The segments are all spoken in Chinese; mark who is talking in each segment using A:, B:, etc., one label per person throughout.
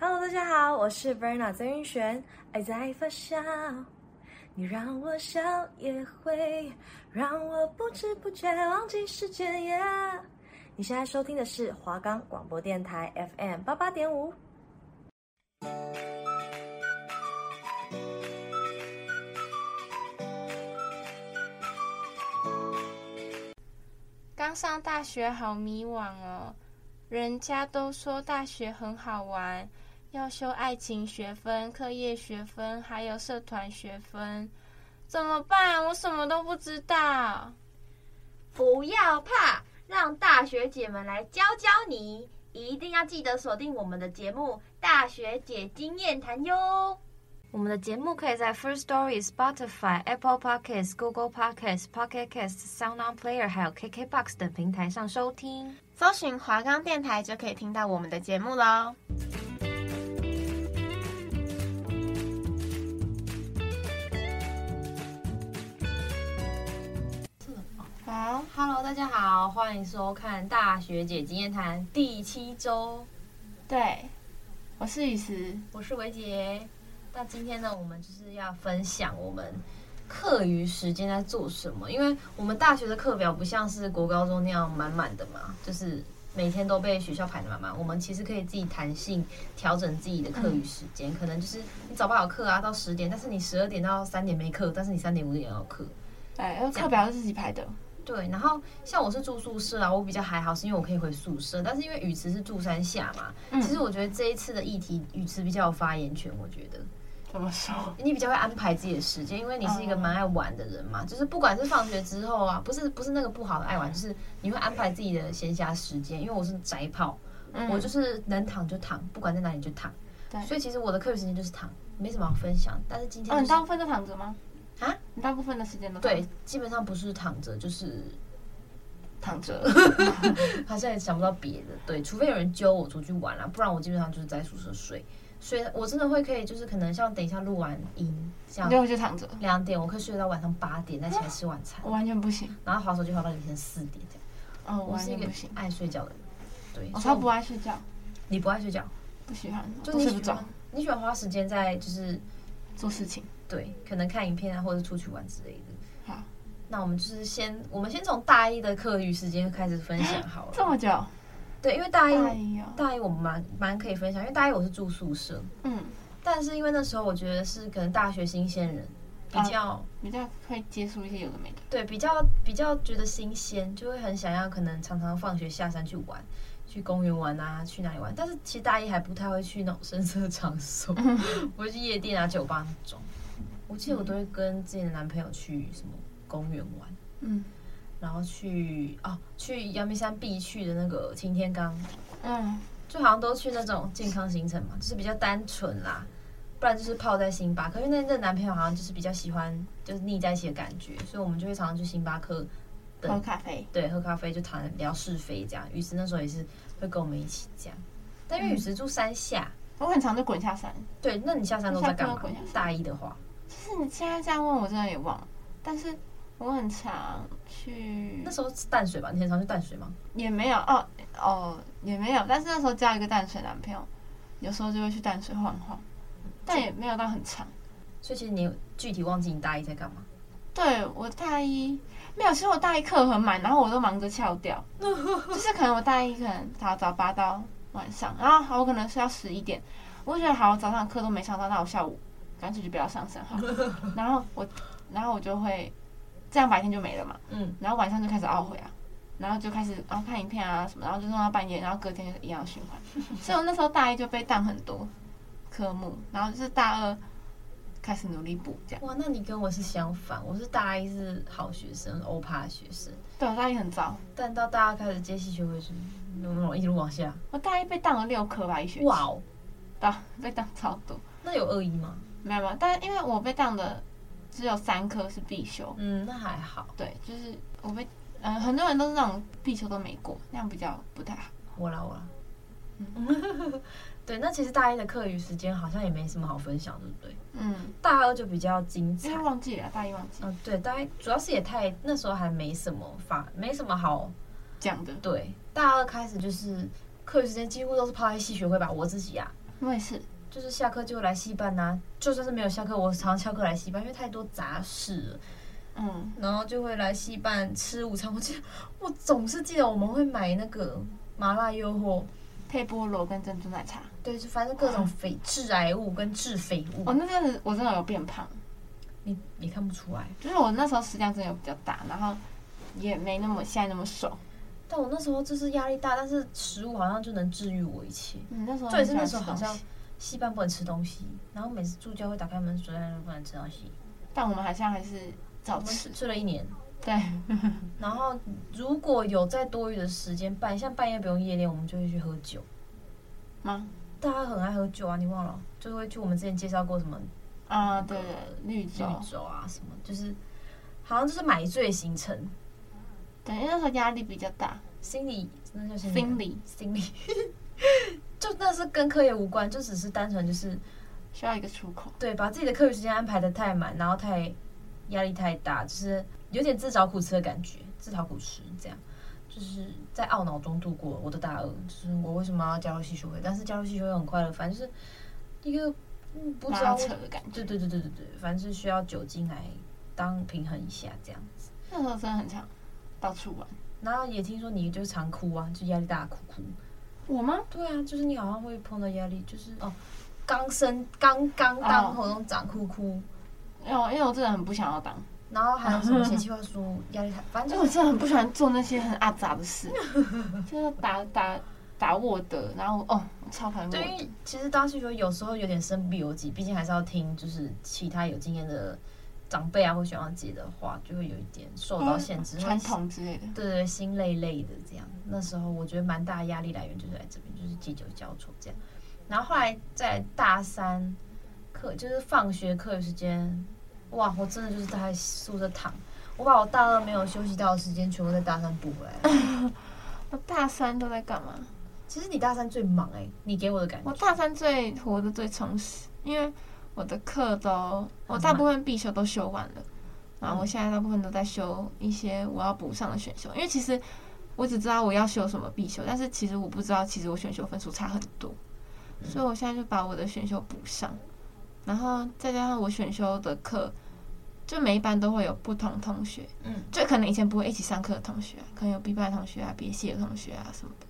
A: Hello，大家好，我是 Verna 曾云璇，爱在发酵，你让我笑，也会让我不知不觉忘记时间耶。你现在收听的是华冈广播电台 FM 八八点五。
B: 刚上大学好迷惘哦，人家都说大学很好玩，要修爱情学分、课业学分，还有社团学分，怎么办？我什么都不知道。
C: 不要怕，让大学姐们来教教你。一定要记得锁定我们的节目《大学姐经验谈》哟。
D: 我们的节目可以在 First Story、Spotify、Apple Podcasts、Google Podcasts、Pocket Casts、Sound On Player 还有 KKBox 等平台上收听。
E: 搜寻华冈电台就可以听到我们的节目喽。
B: 好，
D: Hello，大家好，欢迎收看《大学姐经验谈》第七周，
B: 对，我是雨石。
D: 我是维杰。那今天呢，我们就是要分享我们课余时间在做什么，因为我们大学的课表不像是国高中那样满满的嘛，就是每天都被学校排的满满。我们其实可以自己弹性调整自己的课余时间，可能就是你早八有课啊，到十点，但是你十二点到三点没课，但是你三点五点也有课。
B: 哎，课表是自己排的。
D: 对，然后像我是住宿舍啊，我比较还好，是因为我可以回宿舍。但是因为雨池是住山下嘛，
B: 嗯
D: 其实我觉得这一次的议题，雨池比较有发言权。我觉得
B: 怎么说？
D: 你比较会安排自己的时间，因为你是一个蛮爱玩的人
B: 嗯
D: 嘛。就是不管是放学之后啊，不是不是那个不好的爱玩，就是你会安排自己的闲暇时间。因为我是宅炮，
B: 嗯
D: 我就是能躺就躺，不管在哪里就躺。
B: 对
D: 所以其实我的课余时间就是躺，没什么好分享。但是今天、
B: 哦，
D: 就
B: 你
D: 是
B: 大部分都躺着吗？
D: 啊？
B: 你大部分的时间都躺
D: 对，基本上不是躺着就是
B: 躺着。
D: 好像也想不到别的，对，除非有人揪我出去玩啦、啊不然我基本上就是在宿舍睡。所以我真的会可以，就是可能像等一下录完音，像
B: 你就回去躺着，
D: 两点，我可以睡到晚上八点，再起来吃晚餐，
B: 我完全不行。
D: 然后划手机划到凌晨四点这样。
B: 哦，我
D: 我
B: 完
D: 是一
B: 全
D: 个
B: 不行。
D: 爱睡觉的人，对，
B: 我
D: 所以
B: 超不爱睡觉，
D: 你不爱睡觉，
B: 不喜欢，
D: 就
B: 都
D: 你
B: 睡不
D: 喜
B: 着
D: 欢，你喜欢花时间在就是
B: 做事情。
D: 对，可能看影片啊，或者出去玩之类的。
B: 好，
D: 那我们就是先，我们先从大一的课余时间开始分享好了。
B: 这么久，
D: 对，因为大一
B: 大一哦，
D: 大一我们蛮蛮可以分享，因为大一我是住宿舍，
B: 嗯，
D: 但是因为那时候我觉得是可能大学新鲜人
B: 嗯
D: 比较、
B: 比较会接触一些有的没的。
D: 对比较比较觉得新鲜，就会很想要可能常常放学下山去玩，去公园玩啊，去哪里玩。但是其实大一还不太会去那种深色场所， 不会去夜店啊、酒吧那种。我记得我都会跟自己的男朋友去什么公园玩，
B: 嗯
D: 然后去哦去阳明山必去的那个擎天岗，
B: 嗯，
D: 就好像都去那种健康行程嘛，就是比较单纯啦，不然就是泡在星巴克。因为那任男朋友好像就是比较喜欢就是腻在一起的感觉，所以我们就会常常去星巴克，对
B: 喝咖啡，
D: 对，喝咖啡就谈聊是非这样。雨石那时候也是会跟我们一起这样，但因为
B: 嗯
D: 雨石住山下，
B: 我很常就滚下山。
D: 对，那你下山都在干
B: 下
D: 嘛
B: 课会滚下？山
D: 大一的话，
B: 就是你现在这样问我，真的也忘了，但是我很常去
D: 那，时候是淡水吧？你很常去淡水吗？
B: 也没有哦哦也没有，但是那时候交一个淡水男朋友，有时候就会去淡水晃晃，但也没有到很长。
D: 所以其实你有具体忘记你大一在干嘛。
B: 对我大一没有，其实我大一课很满，然后我都忙着翘掉，就是可能我大一可能早早八到晚上，然后好我可能睡到十一点，我就觉得好，我早上课都没上到，那我下午干脆就不要上身好了，然后我然后我就会这样白天就没了嘛，
D: 嗯，
B: 然后晚上就开始懊悔啊，然后就开始然后看影片啊什么，然后就弄到半夜，然后隔天就一样循环，所以我那时候大一就被当很多科目，然后就是大二开始努力补这样，
D: 哇，那你跟我是相反，我是大一是好学生，欧趴学生。
B: 对我大一很糟。
D: 但到大家开始接戏学会是，嗯一路往下。
B: 我大一被当了六科吧，一学期，
D: 哇哦，
B: 当被当超多，
D: 那有恶意吗？
B: 没有没有，但因为我被当的只有三科是必修，
D: 嗯，那还好。
B: 对，就是我被，嗯、很多人都是那种必修都没过，那样比较不太好。
D: 我啦我啦。
B: 嗯
D: 对，那其实大一的课余时间好像也没什么好分享，对不对？
B: 嗯，
D: 大二就比较精彩
B: 因。为忘记了，大一忘记
D: 嗯，对，大一主要是也太那时候还没什么发，没什么好。
B: 讲的，
D: 对，大二开始就是课余时间几乎都是泡在戏学会吧，我自己啊。
B: 我也是，
D: 就是下课就来戏班呐、就算是没有下课，我常常翘课来戏班，因为太多杂事了，
B: 嗯，
D: 然后就会来戏班吃午餐。我记得我总是记得我们会买那个麻辣诱惑，
B: 配菠萝跟珍珠奶茶。
D: 对，就反正各种肥致癌物跟致肥物，
B: 哦，那阵子我真的有变胖，
D: 你你看不出来。
B: 就是我那时候食量真的有比较大，然后也没那么现在那么瘦。
D: 但我那时候就是压力大，但是食物好像就能治愈我一切。
B: 嗯，那时候
D: 重点是
B: 很
D: 那
B: 喜
D: 时
B: 欢
D: 候好
B: 吃东
D: 像
B: 西，
D: 戏班不能吃东西，然后每次助教会打开门说哎不能吃东西。
B: 但我们好像还是
D: 我
B: 照
D: 们
B: 吃。
D: 吃了一年，
B: 对，
D: 然后如果有再多余的时间半，像半夜不用夜练，我们就会去喝酒。
B: 吗？
D: 大家很爱喝酒啊，你忘了？就会去我们之前介绍过什么
B: 啊，对对，绿
D: 绿
B: 洲。
D: 洲啊什么，就是好像就是买醉行程，
B: 对，因为那时候压力比较大，
D: 心理那叫心理啊
B: 心理
D: 心理， 就那是跟科研无关，就只是单纯就是
B: 需要一个出口。
D: 对，把自己的课余时间安排的太满，然后太压力太大，就是有点自找苦吃的感觉，自讨苦吃这样，就是在懊恼中度过我的大二，就是我为什么要加入戏学会，但是加入戏学会很快乐，反正就是一个嗯不知道
B: 拉
D: 为
B: 扯的感觉。
D: 对对对对对对，反正是需要酒精来当平衡一下这样。
B: 那时候真的很常到处玩。
D: 然后也听说你就常哭啊，就压力大哭哭。
B: 我吗？
D: 对啊，就是你好像会碰到压力，就是哦，刚升刚刚当
B: 哦
D: 活动长哭哭。
B: 因为我因为我真的很不想要当，
D: 然后还有什么写计划书，压 力太，反
B: 因
D: 正
B: 为我
D: 就是
B: 真的很不喜欢做那些很阿杂的事， 就是打打打沃德，然后哦，我超讨厌沃
D: 对
B: 德。
D: 于其实当时说有时候有点身不由己，毕竟还是要听就是其他有经验的长辈啊或学长姐的话，就会有一点受到限
B: 嗯
D: 制，
B: 传统之类的。
D: 对对对心累累的这样。那时候我觉得蛮大的压力来源就是在这边，就是借酒浇愁这样。然后后来在大三课，就是放学课余时间，哇，我真的就是在宿舍躺，我把我大二没有休息到的时间全部在欸大三补回来了。
B: 我大三都在干嘛？
D: 其实你大三最忙哎、你给我的感觉
B: 我，大三最活的最充实，因为我的课都我大部分必修都修完了，然嗯后我现在大部分都在修一些我要补上的选修，因为其实我只知道我要修什么必修，但是其实我不知道其实我选修分数差很多，所以我现在就把我的选修补上，然后再加上我选修的课。就每一班都会有不同同学，
D: 嗯，
B: 就可能以前不会一起上课的同学啊、可能有 B 班的同学啊、别系的同学啊什么的，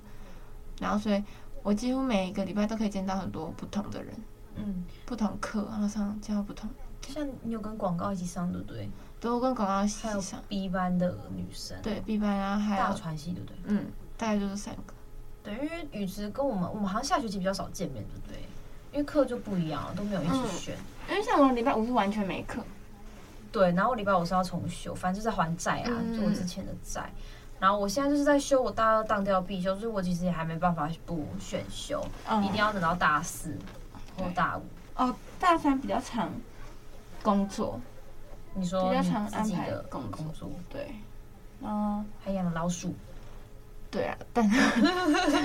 B: 然后所以我几乎每一个礼拜都可以见到很多不同的人，
D: 嗯，
B: 不同课，然后上见到不同，
D: 像你有跟广告一起上对不对？
B: 都跟广告系
D: 还有
B: 上，
D: B 班的女生，，
B: 对 B 班啊，还
D: 大
B: 有
D: 传系对不对？
B: 嗯，大概就是三个，
D: 对，因为宇植跟我们，我们好像下学期比较少见面，对不对？因为课就不一样了，都没有一起选。
B: 因为像我礼拜五是完全没课，
D: 对，然后我礼拜五是要重修，反正就是在还债啊，
B: 嗯
D: 就我之前的债。然后我现在就是在修我大二当掉必修，所以我其实也还没办法补选修，
B: 嗯
D: 一定要等到大四或大五。
B: 哦，大三比较长工作，
D: 你说
B: 比较
D: 你
B: 常
D: 自己
B: 安排
D: 的
B: 工作
D: 工作，
B: 对，嗯，
D: 还养了老鼠，
B: 对啊，但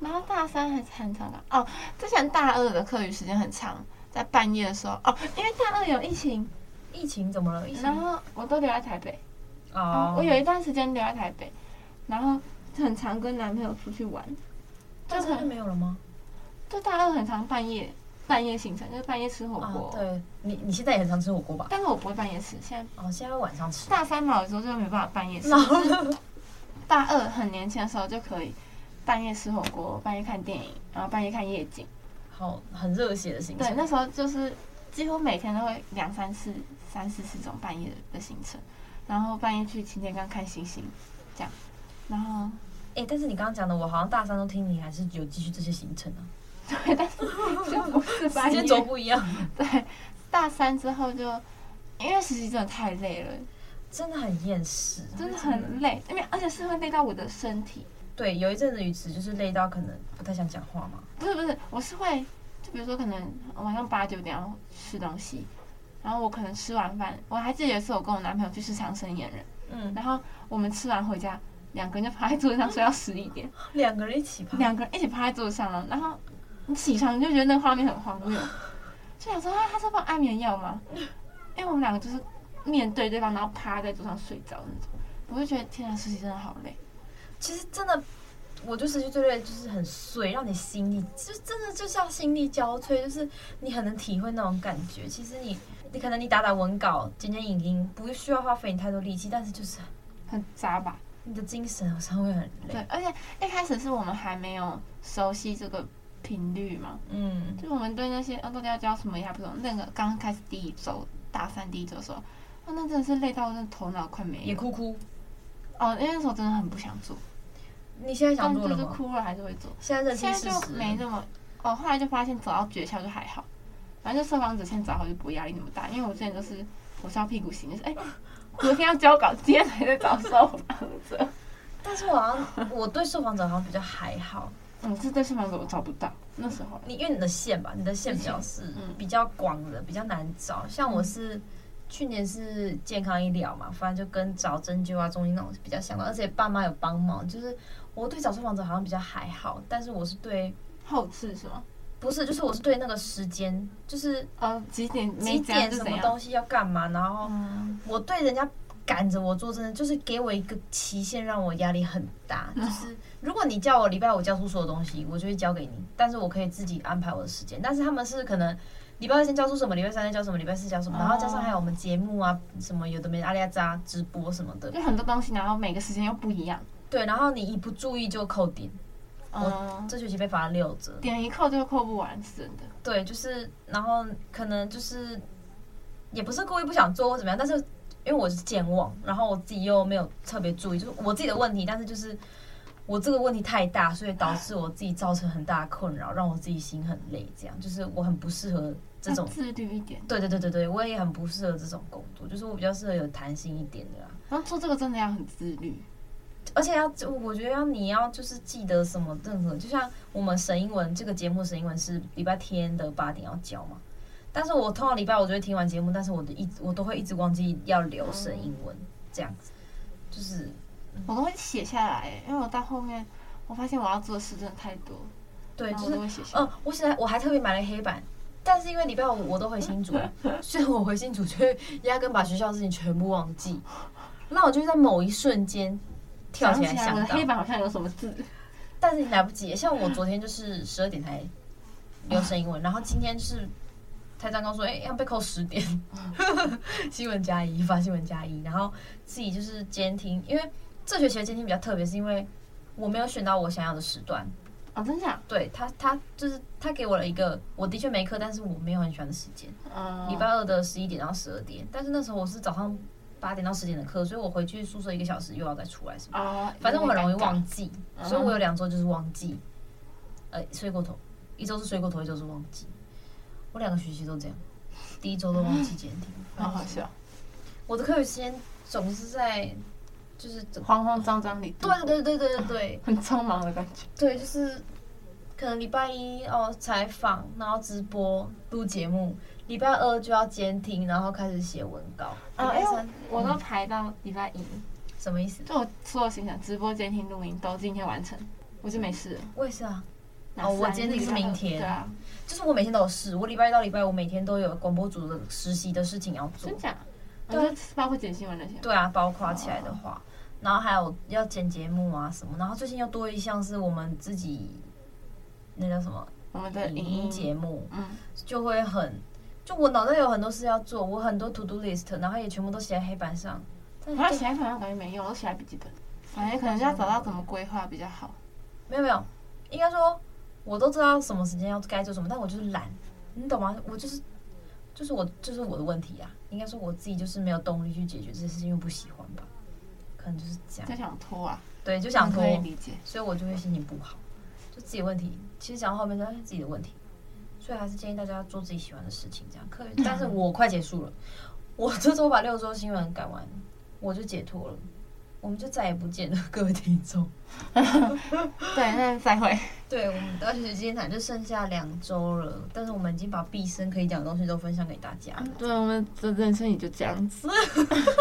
B: 然后大三还是很长的哦，之前大二的课余时间很长，在半夜的时候哦，因为大二有疫情，
D: 疫情怎么了？疫情
B: 然后我都留在台北。
D: 哦
B: 哦，我有一段时间留在台北，然后很常跟男朋友出去玩，就
D: 但是
B: 很
D: 哦没有了吗？
B: 就大家很常半夜半夜行程，就是半夜吃火
D: 啊
B: 锅。，
D: 对你，你现在也很常吃火锅吧？
B: 但是我不会半夜吃，现在
D: 哦，现在晚上 吃。
B: 大三嘛，有时候就没办法半夜吃。
D: 然
B: 就
D: 后
B: 是
D: 呢？
B: 大二很年轻的时候就可以半夜吃火锅，半夜看电影，然后半夜看夜景。
D: 好，很热血的行
B: 对，
D: 程。
B: 那时候就是几乎每天都会两三次、三四次这种半夜的行程，然后半夜去擎天岗看星星，这样，然后。
D: 哎、但是你刚刚讲的，我好像大三都听你还是有继续这些行程啊，
B: 对，但是就不是半
D: 时
B: 夜
D: 间轴不一样，
B: 对，大三之后就因为实习真的太累了，
D: 真的很厌世，
B: 真的很累，因为而且是会累到我的身体。
D: 对。有一阵子语词就是累到可能不太想讲话嘛，
B: 不是不是，我是会，就比如说可能晚上八九点要吃东西，然后我可能吃完饭，我还记得有一次我跟我男朋友去吃长生眼人，
D: 嗯，
B: 然后我们吃完回家，两个人就趴在桌子上睡到十一点，
D: 两个人一起吧。
B: 两个人一起趴在桌子上了，然后你起床你就觉得那个画面很荒谬，就想说啊，他是放安眠药吗？因为我们两个就是面对对方，然后趴在桌上睡着那种，我就觉得天啊，实习真的好累。
D: 其实真的我就失去最累，就是很碎，让你心力就真的就像心力交瘁，就是你很能体会那种感觉。其实你你可能你打打文稿、剪剪影音，不需要花费你太多力气，但是就是
B: 很渣吧？
D: 你的精神好像会很
B: 对
D: 累。，
B: 而且一开始是我们还没有熟悉这个频率嘛，
D: 嗯，
B: 就我们对那些啊到底要教什么也还不懂。那个刚开始第一周，大三第一周的时候，啊，那真的是累到那头脑快没
D: 也
B: 有。
D: 哭哭。
B: 哦，因为那时候真的很不想做，
D: 你现在想
B: 但
D: 做
B: 就
D: 了
B: 是
D: 吗？
B: 哭了还是会做。
D: 现在认
B: 现
D: 清
B: 在
D: 事
B: 就
D: 实
B: 没
D: 了。
B: 那么哦，后来就发现走到诀窍就还好，反正就受访者先找好就不会压力那么大，因为我之前就是我是要屁股型，就是哎。昨天要交稿，今天还在找受访者。
D: 但是我好像我对受访者好像比较还好。
B: 嗯，是对受访者我找不到，那时候
D: 你因为你的线吧，你的线比较是
B: 嗯
D: 比较广的，比较难找。像我是去年是健康医疗嘛，反正就跟找针灸啊、中医那种比较相关，而且爸妈有帮忙。就是我对找受访者好像比较还好，但是我是对
B: 后置是吗？
D: 不是，就是我是对那个时间，就是
B: 呃，几点
D: 几
B: 没怎样
D: 点
B: 就
D: 什
B: 怎
D: 么
B: 样。嗯
D: 东西要干嘛，然后我对人家赶着我做，真的就是给我一个期限，让我压力很大。就是如果你叫我礼拜五交出所有东西，我就会交给你，但是我可以自己安排我的时间。但是他们是可能礼拜二先交出什么，礼拜三再交什么，礼拜四交什么，然后加上还有我们节目啊什么有的没的阿里阿扎直播什么的，
B: 就很多东西，然后每个时间又不一样。
D: 对，然后你一不注意就扣点，
B: 嗯，
D: 这学期被罚了六折。
B: 点一扣就扣不完，是真的。
D: 对，就是然后可能就是也不是故意不想做或怎么样，但是因为我是健忘，然后我自己又没有特别注意，就是我自己的问题，但是就是我这个问题太大，所以导致我自己造成很大的困扰，让我自己心很累，这样就是我很不适合这种
B: 要。自律一点，
D: 对对对对对，我也很不适合这种工作，就是我比较适合有弹性一点的啦。啊
B: 然后做这个真的要很自律。
D: 而且要，我觉得要你要就是记得什么任何，就像我们神英文这个节目，神英文是礼拜天的八点要交嘛。但是我通常礼拜我就会听完节目，但是我的一我都会一直忘记要留神英文这样子，就是
B: 我都会写下来，因为我到后面我发现我要做的事真的太多，
D: 对，
B: 然后
D: 就
B: 我都
D: 是
B: 会写下来。
D: 嗯，我现在我还特别买了黑板，但是因为礼拜五我都回新竹， 所以我回新竹就会压根把学校的事情全部忘记，那我就在某一瞬间跳起来
B: 想
D: 想
B: 我的
D: 到
B: 黑板好像有什么字，
D: 但是你来不及。像我昨天就是十二点才留神英文，然后今天就是台长刚说，哎、要被扣十点， 新闻加一，发新闻加一，然后自己就是监听，因为这学期的监听比较特别，是因为我没有选到我想要的时段，
B: 哦，真假？
D: 对他，他就是他给我了一个我的确没课，但是我没有很喜欢的时间，
B: 嗯，
D: 礼拜二的十一点到十二点，但是那时候我是早上八点到十点的课，所以我回去宿舍一个小时又要再出来什么的。
B: 啊，
D: 哦反正我很容易
B: 有点尴尬
D: 忘记，
B: 嗯
D: 所以我有两周就是忘记，呃，睡过头，一周是睡过头，一周是忘记。我两个学期都这样，第一周都忘记监听，
B: 好好笑，
D: 我的课余时间总是在就是怎
B: 慌慌张张里，
D: 对，对对对对对
B: 很匆忙的感觉。
D: 对，就是可能礼拜一哦采访，然后直播录节目，礼拜二就要监听，然后开始写文稿。
B: 啊，
D: 礼
B: 因为
D: 拜哦哎三
B: 我都排到礼拜一，
D: 什么意思？
B: 就我所有行程、直播、监听、录音都今天完成，我就没事了。
D: 我也是啊，
B: 哪
D: 哦
B: 是啊
D: 我监听是明天
B: 对啊，
D: 就是我每天都有事，我礼拜一到礼拜五每天都有广播组的实习的事情要做
B: 真。假？我
D: 对啊
B: 就包括剪新闻那些。
D: 对啊，包括起来的话，然后还有要剪节目啊什么，然后最近又多一项是我们自己那叫什么
B: 我们的
D: 影
B: 呃影
D: 音
B: 音
D: 节，目，
B: 嗯，
D: 就会很，就我脑袋有很多事要做，我很多 to do list，然后也全部都写在黑板上。但
B: 我要
D: 是
B: 写在本上感觉没用，我都写在笔记本。反正可能就要找到怎么规划比较好。
D: 没有没有，应该说我都知道什么时间要该做什么，但我就是懒，你懂吗？我就是就是我就是我的问题啊，应该说我自己就是没有动力去解决这些事情，因为不喜欢吧，可能就是这样
B: 就。想拖啊，
D: 对，就想拖。
B: 可以理解。
D: 所以我就会心情不好，就自己的问题。其实讲到后面都是自己的问题，所以还是建议大家做自己喜欢的事情，这样可以。 但是我快结束了，我这周把六周新闻赶完，我就解脱了，我们就再也不见了，各位听众。
B: 对，那再会。
D: 对，我们大学今天谈就剩下两周了，但是我们已经把毕生可以讲的东西都分享给大 家了，
B: 对，我们的人生也就这样子。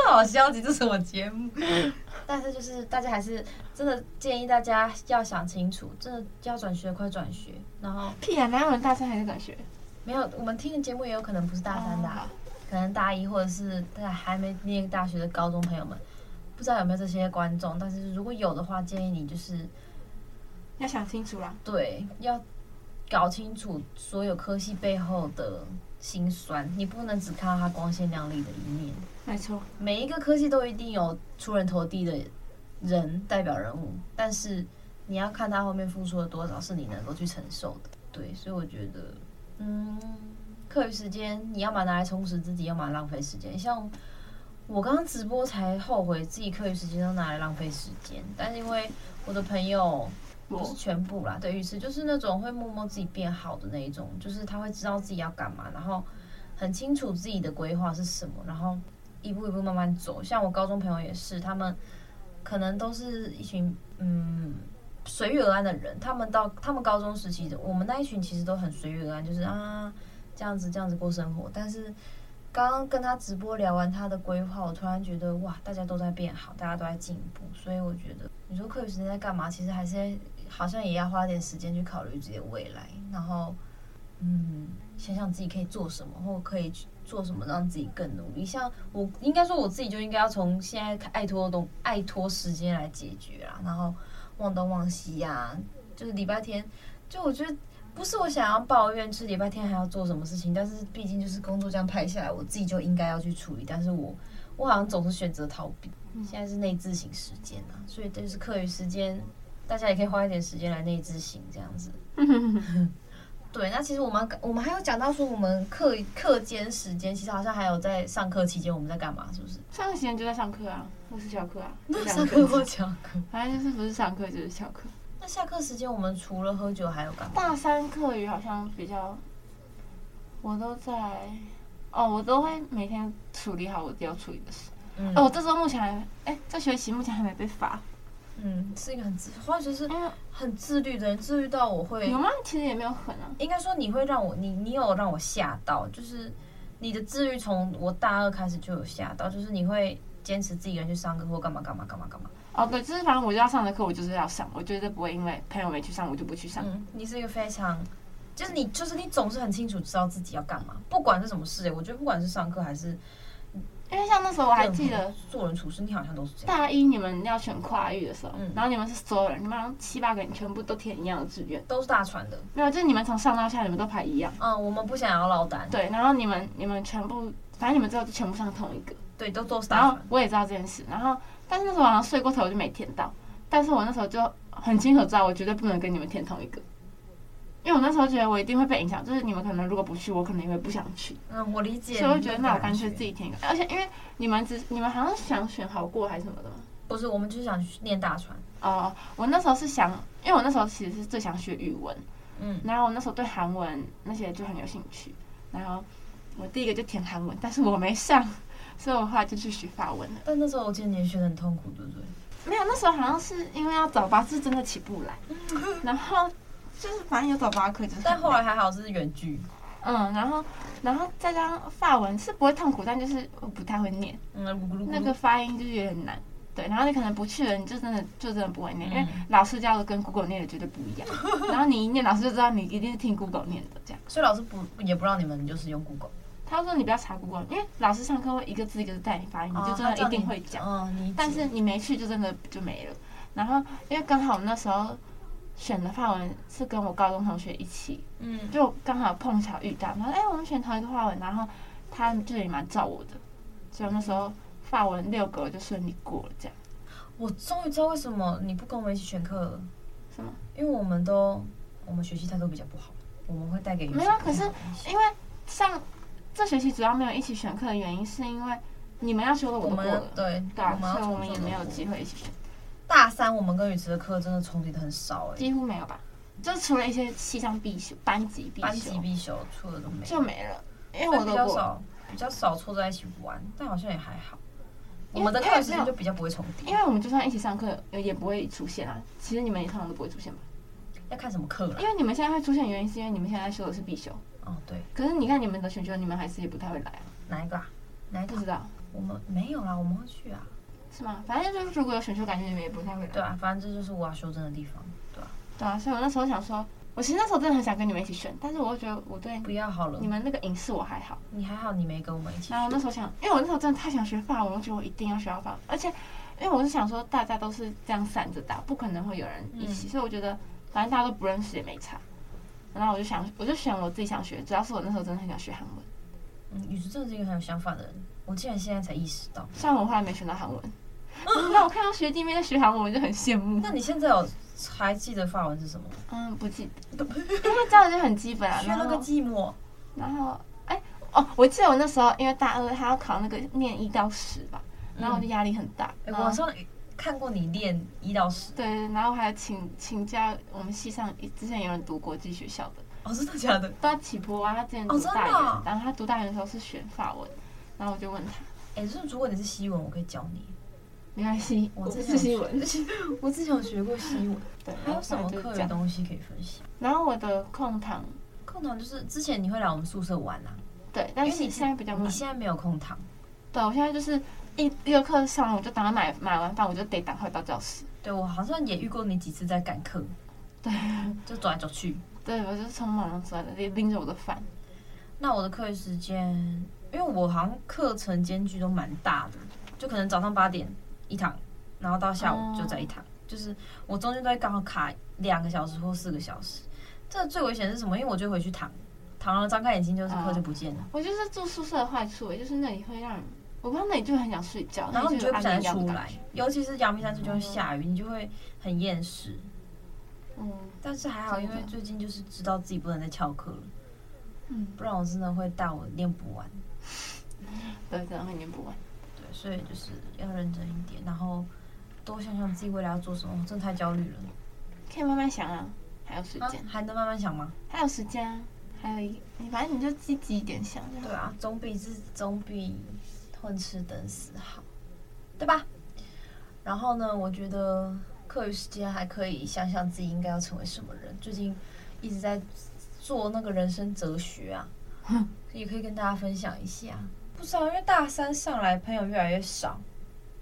D: 好消极，这是我节目。 但是就是大家还是真的建议大家要想清楚，真的要转学快转学，然后
B: 屁啊，哪有人大三还在转学？哦
D: 没有，我们听的节目也有可能不是大三的啊、可能大一或者是在还没念大学的高中朋友们，不知道有没有这些观众。但是如果有的话，建议你就是
B: 要想清楚啦。
D: 对，要搞清楚所有科系背后的辛酸，你不能只看到它光鲜亮丽的一面。
B: 没错，
D: 每一个科系都一定有出人头地的人代表人物，但是你要看他后面付出了多少是你能够去承受的。对，所以我觉得，嗯，课余时间你要么拿来充实自己，要么浪费时间。像我刚刚直播才后悔自己课余时间都拿来浪费时间，但是因为我的朋友不
B: 哦
D: 是全部啦，对于是就是那种会默默自己变好的那一种，就是他会知道自己要干嘛，然后很清楚自己的规划是什么，然后一步一步慢慢走。像我高中朋友也是，他们可能都是一群嗯随遇而安的人，他们到他们高中时期的我们那一群其实都很随遇而安，就是啊这样子这样子过生活，但是。刚刚跟他直播聊完他的规划，我突然觉得哇，大家都在变好，大家都在进步，所以我觉得你说课余时间在干嘛？其实还是在好像也要花点时间去考虑自己的未来，然后嗯，想想自己可以做什么，或可以去做什么让自己更努力。像我应该说我自己就应该要从现在开爱拖东爱拖时间来解决啦，然后忘东忘西呀、就是礼拜天，就我觉得。不是我想要抱怨，就是礼拜天还要做什么事情，但是毕竟就是工作这样排下来，我自己就应该要去处理，但是我我好像总是选择逃避。现在是内置型时间啊，所以这就是课余时间，大家也可以花一点时间来内置型这样子。对，那其实我们我们还有讲到说，我们课课间时间其实好像还有在上课期间我们在干嘛，是不是？
B: 上课时间就在上课啊，或是翘课啊，
D: 上课或讲课。
B: 反正就是不是上课就是翘课。
D: 那下课时间我们除了喝酒还有干嘛？
B: 大三课余好像比较，我都在，哦，我都会每天处理好我要处理的事。
D: 嗯
B: 哦，我这周目前还，哎、这学期目前还没被罚，
D: 嗯，是一个很自，或者是
B: 因为
D: 很自律的人，自律到我会
B: 有吗？其实也没有很啊，
D: 应该说你会让我，你你有让我吓到，就是你的自律从我大二开始就有吓到，就是你会坚持自己一个人去上课或干嘛干嘛干嘛干嘛。
B: 哦，对，就是反正我就要上的课，我就是要上，我绝对不会因为朋友没去上，我就不去上。
D: 嗯，你是一个非常，就是你就是你总是很清楚知道自己要干嘛，不管是什么事、欸，我觉得不管是上课还是
B: 因为像那时候我还记得
D: 做人处事，你好像都是这样。
B: 大一你们要选跨域的时候，
D: 嗯
B: 然后你们是所有人，你们好像七八个人全部都填一样的志愿，
D: 都是大船的，
B: 没有，就是你们从上到下你们都排一样，
D: 嗯，我们不想要落单，
B: 对，然后你们你们全部，反正你们最后就全部上同一个。
D: 对，都都是
B: 然
D: 大
B: 后
D: 船，
B: 我也知道这件事，然后但是那时候好像睡过头，我就没填到。但是我那时候就很清楚知道，我绝对不能跟你们填同一个，因为我那时候觉得我一定会被影响，就是你们可能如果不去，我可能也会不想去，
D: 嗯，我理解。
B: 所以我就觉得那我干脆
D: 己。
B: 自己填一个。而且因为你们只你们好像想选好过还是什么的嘛，
D: 不是，我们就是想去念大船。
B: 哦、我那时候是想，因为我那时候其实是最想学语文，
D: 嗯
B: 然后我那时候对韩文那些就很有兴趣，然后我第一个就填韩文，但是我没上，所以我后来就去学法文了。
D: 但那时候我记得你也学得很痛苦，对不对？
B: 没有，那时候好像是因为要早八，是真的起不来，然后就是反正有早八课就是很累，
D: 嗯但后来还好是远距，
B: 嗯，然后然后再加上法文是不会痛苦，但就是我不太会念，
D: 嗯，咕噜咕噜
B: 那个发音就是有点难。对，然后你可能不去了，你就真的就真的不会念，因为
D: 嗯
B: 老师教的跟 Google 念的绝对不 一样。然后你一念，老师就知道你一定是听 Google 念的这样。
D: 所以老师不也不让你们就是用 Google，
B: 他说你不要查 Google，因为老师上课会一个字一个字带你发音，
D: 哦
B: 你就真的一定会讲。
D: 嗯，你
B: 但是你没去就真的就没了。然后因为刚好我那时候选的法文是跟我高中同学一起，
D: 嗯
B: 就刚好碰巧遇到，然后哎、我们选同一个法文，然后他们就也蛮照我的，所以我那时候法文六个我就顺利过了这样。
D: 我终于知道为什么你不跟我们一起选课了，
B: 什么？
D: 因为我们都我们学习态度比较不好，我们会带给你
B: 没有啊可是因为上这学期主要没有一起选课的原因，是因为你们要修的
D: 我
B: 我都过
D: 们
B: 了，
D: 对
B: 对啊，
D: 要
B: 所以我们
D: 重
B: 也
D: 修
B: 没
D: 的
B: 有机会一起选，
D: 大三我们跟宇慈的课真的重叠的很少哎、
B: 几乎没有吧，就除了一些系上必修、班级必
D: 班
B: 修
D: 级必修除了都没有，
B: 就没了，因为
D: 所以
B: 我
D: 比
B: 都
D: 较
B: 过了。
D: 少比较少凑在一起玩，但好像也还好。我
B: 因为
D: 们的
B: 因
D: 课
B: 为
D: 时间就比较不会重
B: 因
D: 叠，
B: 为我们就算一起上课，呃也不会出现啊。其实你们也通常都不会出现吧？
D: 要看什么课了
B: 因。为你们现在会出现的原因，是因为你们现在修的是必修。
D: 哦，对，
B: 可是你看你们的选修，你们还是也不太会来啊。
D: 哪一个啊？哪一个
B: 不？知道
D: 我们没有啦，我们会去啊。
B: 是吗？反正就是如果有选修，感觉你们也不太会来。
D: 对啊，反正这就是我要修正的地方。对啊，
B: 对啊，所以我那时候想说，我其实那时候真的很想跟你们一起选，但是我又觉得我对
D: 不要好了，
B: 你们啊那个影视我还好。
D: 你还好，你没跟我们一起
B: 然后我那时候想，因为我那时候真的太想学法文，我觉得我一定要学到嗯法文，而且因为我是想说大家都是这样散着打，不可能会有人一起，所以我觉得反正大家都不认识也没差。然后我就想，我就选我自己想学，主要是我那时候真的很想学韩文，
D: 嗯，宇宙真的是一个很有想法的人，我竟然现在才意识到。
B: 虽然我后来没选到韩 文。那我看到学弟妹在学韩文，我就很羡慕。
D: 那你现在有还记得法文是什么？
B: 嗯，不记得，因为教的就很基本啊。
D: 学
B: 然
D: 了个
B: 后，
D: 寂寞。
B: 然后，哎、哦，我记得我那时候因为大二，他要考那个念一到十吧，然后嗯我就压力很大。
D: 哎
B: 然后
D: 我好像看过你练一到十。
B: 对，然后还请请教我们系上之前有人读国际学校的，
D: 哦，真的假的？
B: 到起波啊，他之前读
D: 哦真的
B: 大元，
D: 哦
B: 然后他读大元的时候是选法文，然后我就问他，
D: 哎、就是如果你是西文，我可以教你。
B: 没关系，
D: 我
B: 我
D: 之
B: 不
D: 前
B: 是
D: 有
B: 西文，
D: 我之前有学过西文，
B: 对，
D: 还有什
B: 然
D: 么
B: 后
D: 课
B: 就是这
D: 余
B: 样
D: 东西可以分享？
B: 然后我的空堂，
D: 空堂就是之前你会来我们宿舍玩啊，
B: 对，但
D: 因
B: 是
D: 为你
B: 现在比较
D: 你
B: 慢，
D: 现在没有空堂。
B: 对我现在就是一一个课上完我就打算买买完饭我就得赶快到教室，
D: 对我好像也遇过你几次在赶课，
B: 对，
D: 就走来走去。
B: 对我就是匆忙出来的，拎拎着我的饭，
D: 那我的课余时间，因为我好像课程间距都蛮大的，就可能早上八点一堂，然后到下午就在一堂，
B: 哦
D: 就是我中间都会刚好卡两个小时或四个小时。这最危险是什么？因为我就回去躺，躺了张开眼睛就是课就不见了，
B: 我就是住宿舍的坏处，也就是那里会让人，我不知道那里就很想睡觉，
D: 然后你
B: 哦就
D: 就会
B: 有
D: 不
B: 安
D: 想
B: 眠
D: 再
B: 药的
D: 出
B: 感
D: 来
B: 觉，
D: 尤其是阳明山这就会下
B: 哦
D: 雨，你就会很厌食。
B: 嗯
D: 但是还好，因为
B: 真的
D: 最近就是知道自己不能再翘课了，
B: 嗯，
D: 不然我真的会带我练不完。
B: 对，真的会念不完。
D: 对，所以就是要认真一点，然后多想想自己未来要做什么，我真的太焦虑了。
B: 可以慢慢想啊，还有时
D: 啊
B: 间，
D: 还能慢慢想吗？
B: 还有时间啊，还有一，你反正你就积极一点想就好。
D: 对啊，总比是总比混吃等死好，对吧？然后呢，我觉得课余时间还可以想想自己应该要成为什么人。最近一直在做那个人生哲学啊，也可以跟大家分享一下。不知道，因为大三上来朋友越来越少，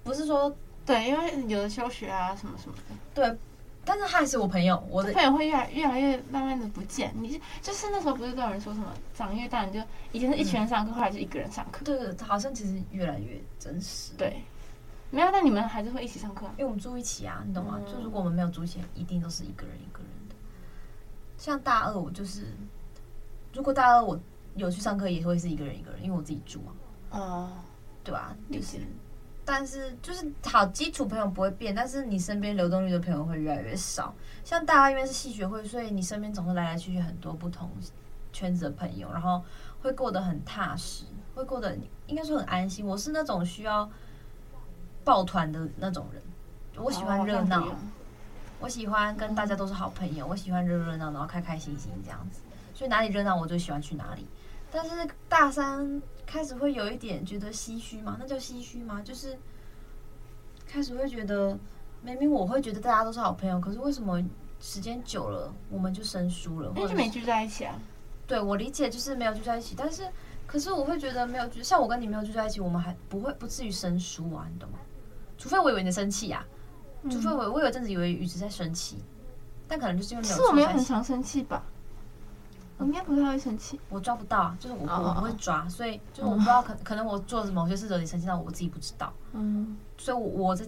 D: 不是说
B: 对，因为有的休学啊，什么什么的，
D: 对，但是他还是我朋友，我的
B: 朋友会越来越来越慢慢的不见。你就就是那时候不是都有人说什么长越大你就以前是一群人上课，后来就一个人上课。
D: 对，好像其实越来越真实。，
B: 对，没有，但你们还是会一起上课啊。
D: 因为我们住一起啊，你懂吗？
B: 嗯
D: 就如果我们没有住一起，一定都是一个人一个人的。像大二，我就是，如果大二我有去上课，也会是一个人一个人，因为我自己住啊，
B: 哦，
D: 对吧、
B: 理解。
D: 但是就是好基础朋友不会变，但是你身边流动率的朋友会越来越少。像大家因为是系学会，所以你身边总是来来去去很多不同圈子的朋友，然后会过得很踏实，会过得应该说很安心。我是那种需要抱团的那种人，我
B: 我
D: 喜欢热闹，我喜欢跟大家都是好朋友，我喜欢热热闹闹、开开心心这样子，所以哪里热闹我就喜欢去哪里。但是大三开始会有一点觉得唏嘘嘛，那叫唏嘘吗？就是开始会觉得，明明我会觉得大家都是好朋友，可是为什么时间久了我们就生疏了？
B: 因
D: 或
B: 为
D: 者
B: 就没
D: 是
B: 聚在一起啊。
D: 对我理解就是没有聚在一起，但是可是我会觉得没有聚，像我跟你没有聚在一起，我们还不会不至于生疏啊，你懂吗？除非我以为你在生气啊，
B: 嗯
D: 除非我我有一阵子以为宇植在生气，但可能就是因为
B: 可
D: 没有
B: 是我没有
D: 住在
B: 很
D: 一起
B: 常生气吧？我
D: 嗯
B: 应该不太会生气。
D: 我抓不到啊，就是我、
B: 哦
D: 我不会抓，所以就是我不知道可可能我做了某些事惹你生气，但我自己不知道，
B: 嗯，
D: 所以我我在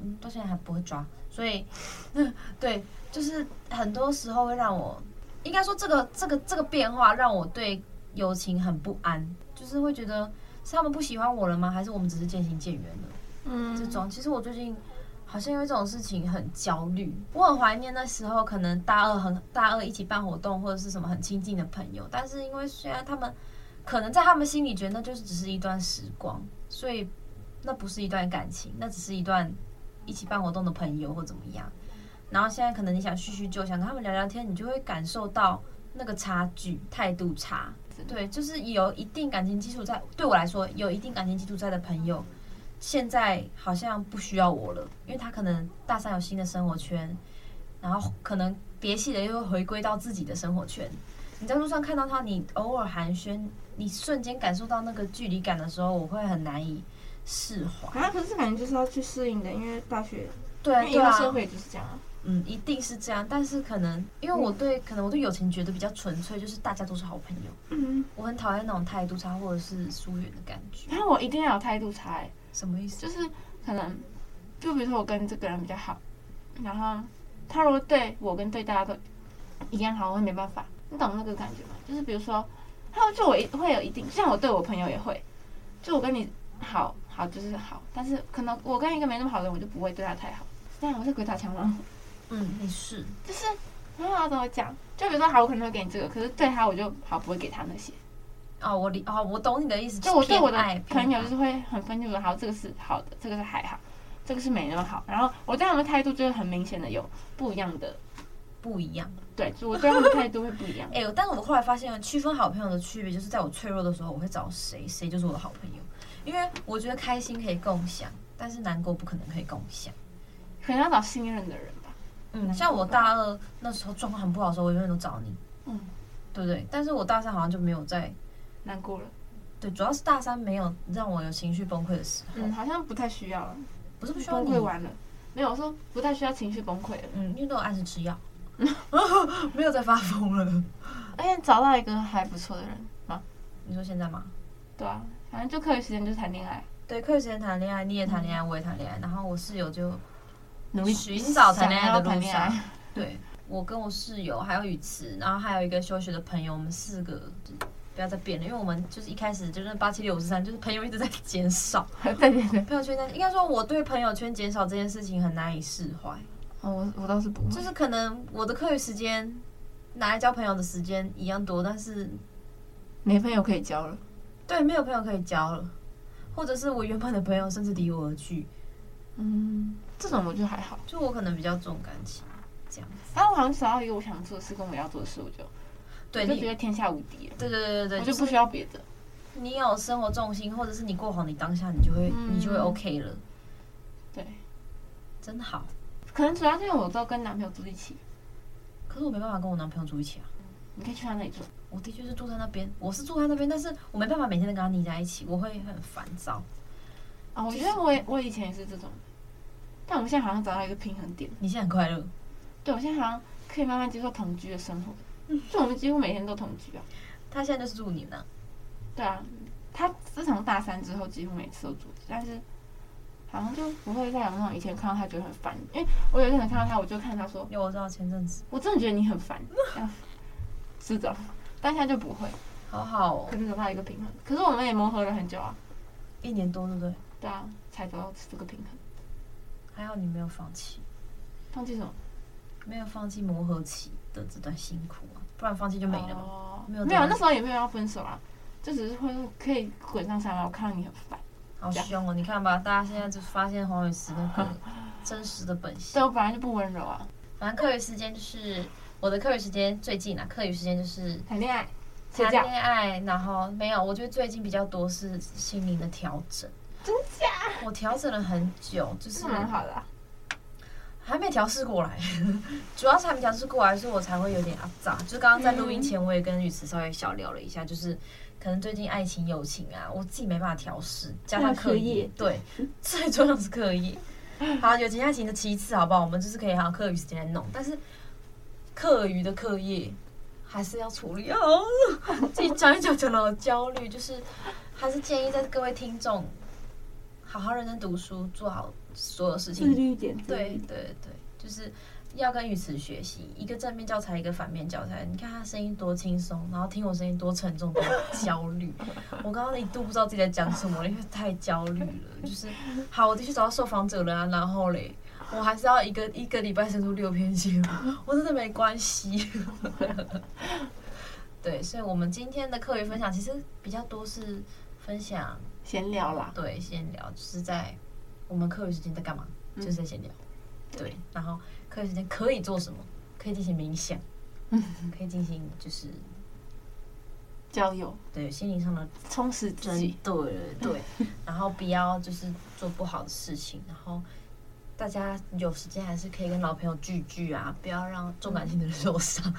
D: 嗯到现在还不会抓，所以 对，就是很多时候会让我，应该说这个这个这个变化让我对友情很不安，就是会觉得是他们不喜欢我了吗？还是我们只是渐行渐远了？
B: 嗯，
D: 这种。其实我最近好像因为这种事情很焦虑，我很怀念那时候可能大二很大二一起办活动或者是什么很亲近的朋友，但是因为虽然他们可能在他们心里觉得那就是只是一段时光，所以那不是一段感情，那只是一段一起办活动的朋友或怎么样。然后现在可能你想叙叙旧，想跟他们聊聊天，你就会感受到那个差距、态度差。对，就是有一定感情基础在，对我来说有一定感情基础在的朋友，现在好像不需要我了，因为他可能大三有新的生活圈，然后可能别系的又会回归到自己的生活圈。你在路上看到他，你偶尔寒暄，你瞬间感受到那个距离感的时候，我会很难以释怀。
B: 啊，可是感觉就是要去适应的，因为大学，
D: 对
B: 因
D: 啊
B: 为以
D: 对
B: 后
D: 啊，
B: 社会就是这样啊。
D: 嗯，一定是这样。但是可能因为我对、可能我对友情觉得比较纯粹，就是大家都是好朋友。
B: 嗯，
D: 我很讨厌那种态度差或者是疏远的感觉。
B: 然后我一定要有态度差、欸，
D: 什么意思？
B: 就是可能，就比如说我跟这个人比较好，然后他如果对我跟对大家都一样好，我会没办法。你懂那个感觉吗？就是比如说，他会对我一会有一定，就像我对我朋友也会，就我跟你好好就是好，但是可能我跟一个没那么好的人，我就不会对他太好。这样我是鬼打墙吗？
D: 嗯，你是
B: 就是我要怎么讲？就比如说，好，我可能会给你这个，可是对他我就好不会给他那些。
D: 哦，我理哦，我懂你的意思，
B: 就我对
D: 偏
B: 我的
D: 爱偏
B: 朋友
D: 爱
B: 就是会很分清楚，好，这个是好的，这个是还好，这个是没那么好。然后我对他们的态度就会很明显的有不一样的，
D: 不一样。
B: 对，就我对他们的态度会不一 样。
D: 哎、但是我后来发现，区分好朋友的区别就是在我脆弱的时候，我会找谁，谁就是我的好朋友，因为我觉得开心可以共享，但是难过不可能可以共享。
B: 可能要找信任的人吧。
D: 嗯，像我大二那时候状况很不好的时候，我永远都找你，
B: 嗯，
D: 对不对？但是我大三好像就没有在，
B: 难过了，
D: 对，主要是大三没有让我有情绪崩溃的时候，
B: 嗯，好像不太需要了，
D: 不是不需要
B: 崩
D: 你
B: 溃，完了，没有，我说不太需要情绪崩溃了，
D: 嗯，因为都有按 时吃药， 没有在发疯了。
B: 而且找到一个还不错的人嘛，
D: 你说现在吗？
B: 对啊，反正就课余时间就是谈恋爱，
D: 对，课余时间谈恋爱，你也谈
B: 嗯
D: 恋爱，我也谈恋爱，然后我室友就
B: 努力
D: 寻找谈恋爱
B: 想
D: 的
B: 要谈
D: 路
B: 恋爱
D: 上，对
B: 嗯
D: 我跟我室友还有雨慈，然后还有一个休学的朋友，我们四个就不要再变了，因为我们就是一开始就是八七六五十三，就是朋友一直在减少，
B: 对对对，
D: 朋友圈在应该说我对朋友圈减少这件事情很难以释怀，
B: 哦，我我倒是不会，
D: 就是可能我的课余时间拿来交朋友的时间一样多，但是
B: 没朋友可以交了，
D: 对没有朋友可以交了，或者是我原本的朋友甚至离我而去，
B: 嗯，这种我就还好，
D: 就我可能比较重感情。这样子，
B: 但我好像找到一个我想做的事跟我要做的事，我就
D: 对
B: 我
D: 你
B: 就觉，得天下无敌了，
D: 对对对对对，
B: 我就是不需要别的，
D: 你有生活重心，或者是你过好你当下，你就会、
B: 嗯
D: 你就会 OK 了，
B: 对，
D: 真好。
B: 可能主要是因为我都跟男朋友住一起，啊
D: 可是我没办法跟我男朋友住一起啊，
B: 你可以去他那里住，
D: 我的确是住在那边，我是住在那边，但是我没办法每天都跟他腻在一起，我会很烦躁。
B: 啊，我觉得我也我以前也是这种，但我现在好像找到一个平衡点。
D: 你现在很快乐，
B: 对，我现在好像可以慢慢接受同居的生活，就我们几乎每天都同居啊。
D: 他现在就是住你那，
B: 对啊，他自从大三之后，几乎每次都住，但是好像就不会再有那种以前看到他觉得很烦，因为我有一阵子看到他，我就看他说，
D: 因为我知道前阵子
B: 我真的觉得你很烦，这样这种，但现在就不会，
D: 好好哦
B: 可，能找到一个平衡。可是我们也磨合了很久啊，
D: 一年多对不对？
B: 对啊，才找到这个平衡。
D: 还好你没有放弃，
B: 放弃什么？
D: 没有放弃磨合期的这段辛苦啊，不然放弃就没了嘛。
B: 哦
D: 没有
B: 没有，
D: 这样
B: 那时候也没有要分手啊，就只是会说可以滚上山吗？我看到你很烦。
D: 好凶哦！你看吧，大家现在就发现黄雨石那 个真实的本性
B: 对。我本来就不温柔啊，
D: 反正课余时间就是我的课余时间最近啊，课余时间就是
B: 谈恋爱，睡
D: 谈
B: 觉。
D: 恋爱，然后没有，我觉得最近比较多是心灵的调整。
B: 真假？
D: 我调整了很久，就是
B: 是蛮好的啊、
D: 还没调试过来， 主要是还没调试过来，所以我才会有点阿杂。就刚刚在录音前，我也跟雨慈稍微小聊了一下，就是可能最近爱情、友情啊，我自己没办法调试，加上课业，对，最重要是课业。好，友情、爱情的其次，好不好？我们就是可以好课余时间来弄，但是课余的课业还是要处理哦。 自己讲一讲，讲到我焦虑，就是还是建议在各位听众好好认真读书，做好所有事情，
B: 律一点。
D: 对，对对，就是要跟语词学习，一个正面教材，一个反面教材。你看他声音多轻松，然后听我声音多沉重，多焦虑。我刚刚一度不知道自己在讲什么了，因为太焦虑了。就是好，我的确找到受访者了啊，然后嘞。我还是要一个一个礼拜生出六篇节目，我真的没关系。 对，所以，我们今天的课余分享其实比较多是分享
B: 闲聊啦。
D: 对，闲聊就是在我们课余时间在干嘛，
B: 嗯
D: 就是在闲聊。对，然后课余时间可以做什么？可以进行冥想，
B: 嗯
D: 可以进行就是
B: 交友，
D: 对心灵上的
B: 充实自己。
D: 对对，然后不要就是做不好的事情，然后。大家有时间还是可以跟老朋友聚聚啊，不要让重感情的人 受伤。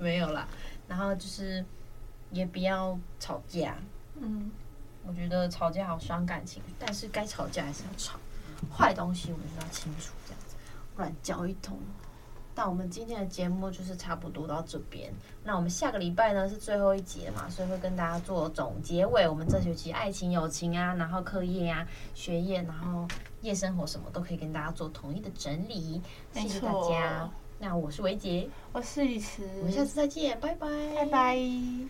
D: 没有啦，然后就是也不要吵架，
B: 嗯，
D: 我觉得吵架好伤感情，但是该吵架还是要吵，坏东西我们要清楚，这样子，不然教一通那我们今天的节目就是差不多到这边。那我们下个礼拜呢是最后一节嘛，所以会跟大家做总结尾。我们这学期爱情、友情啊，然后课业啊、学业，然后夜生活什么都可以跟大家做统一的整理。谢谢大
B: 没
D: 家
B: 错。
D: 那我是维杰，
B: 我是雨慈，
D: 我们下次再见，拜拜，
B: 拜拜。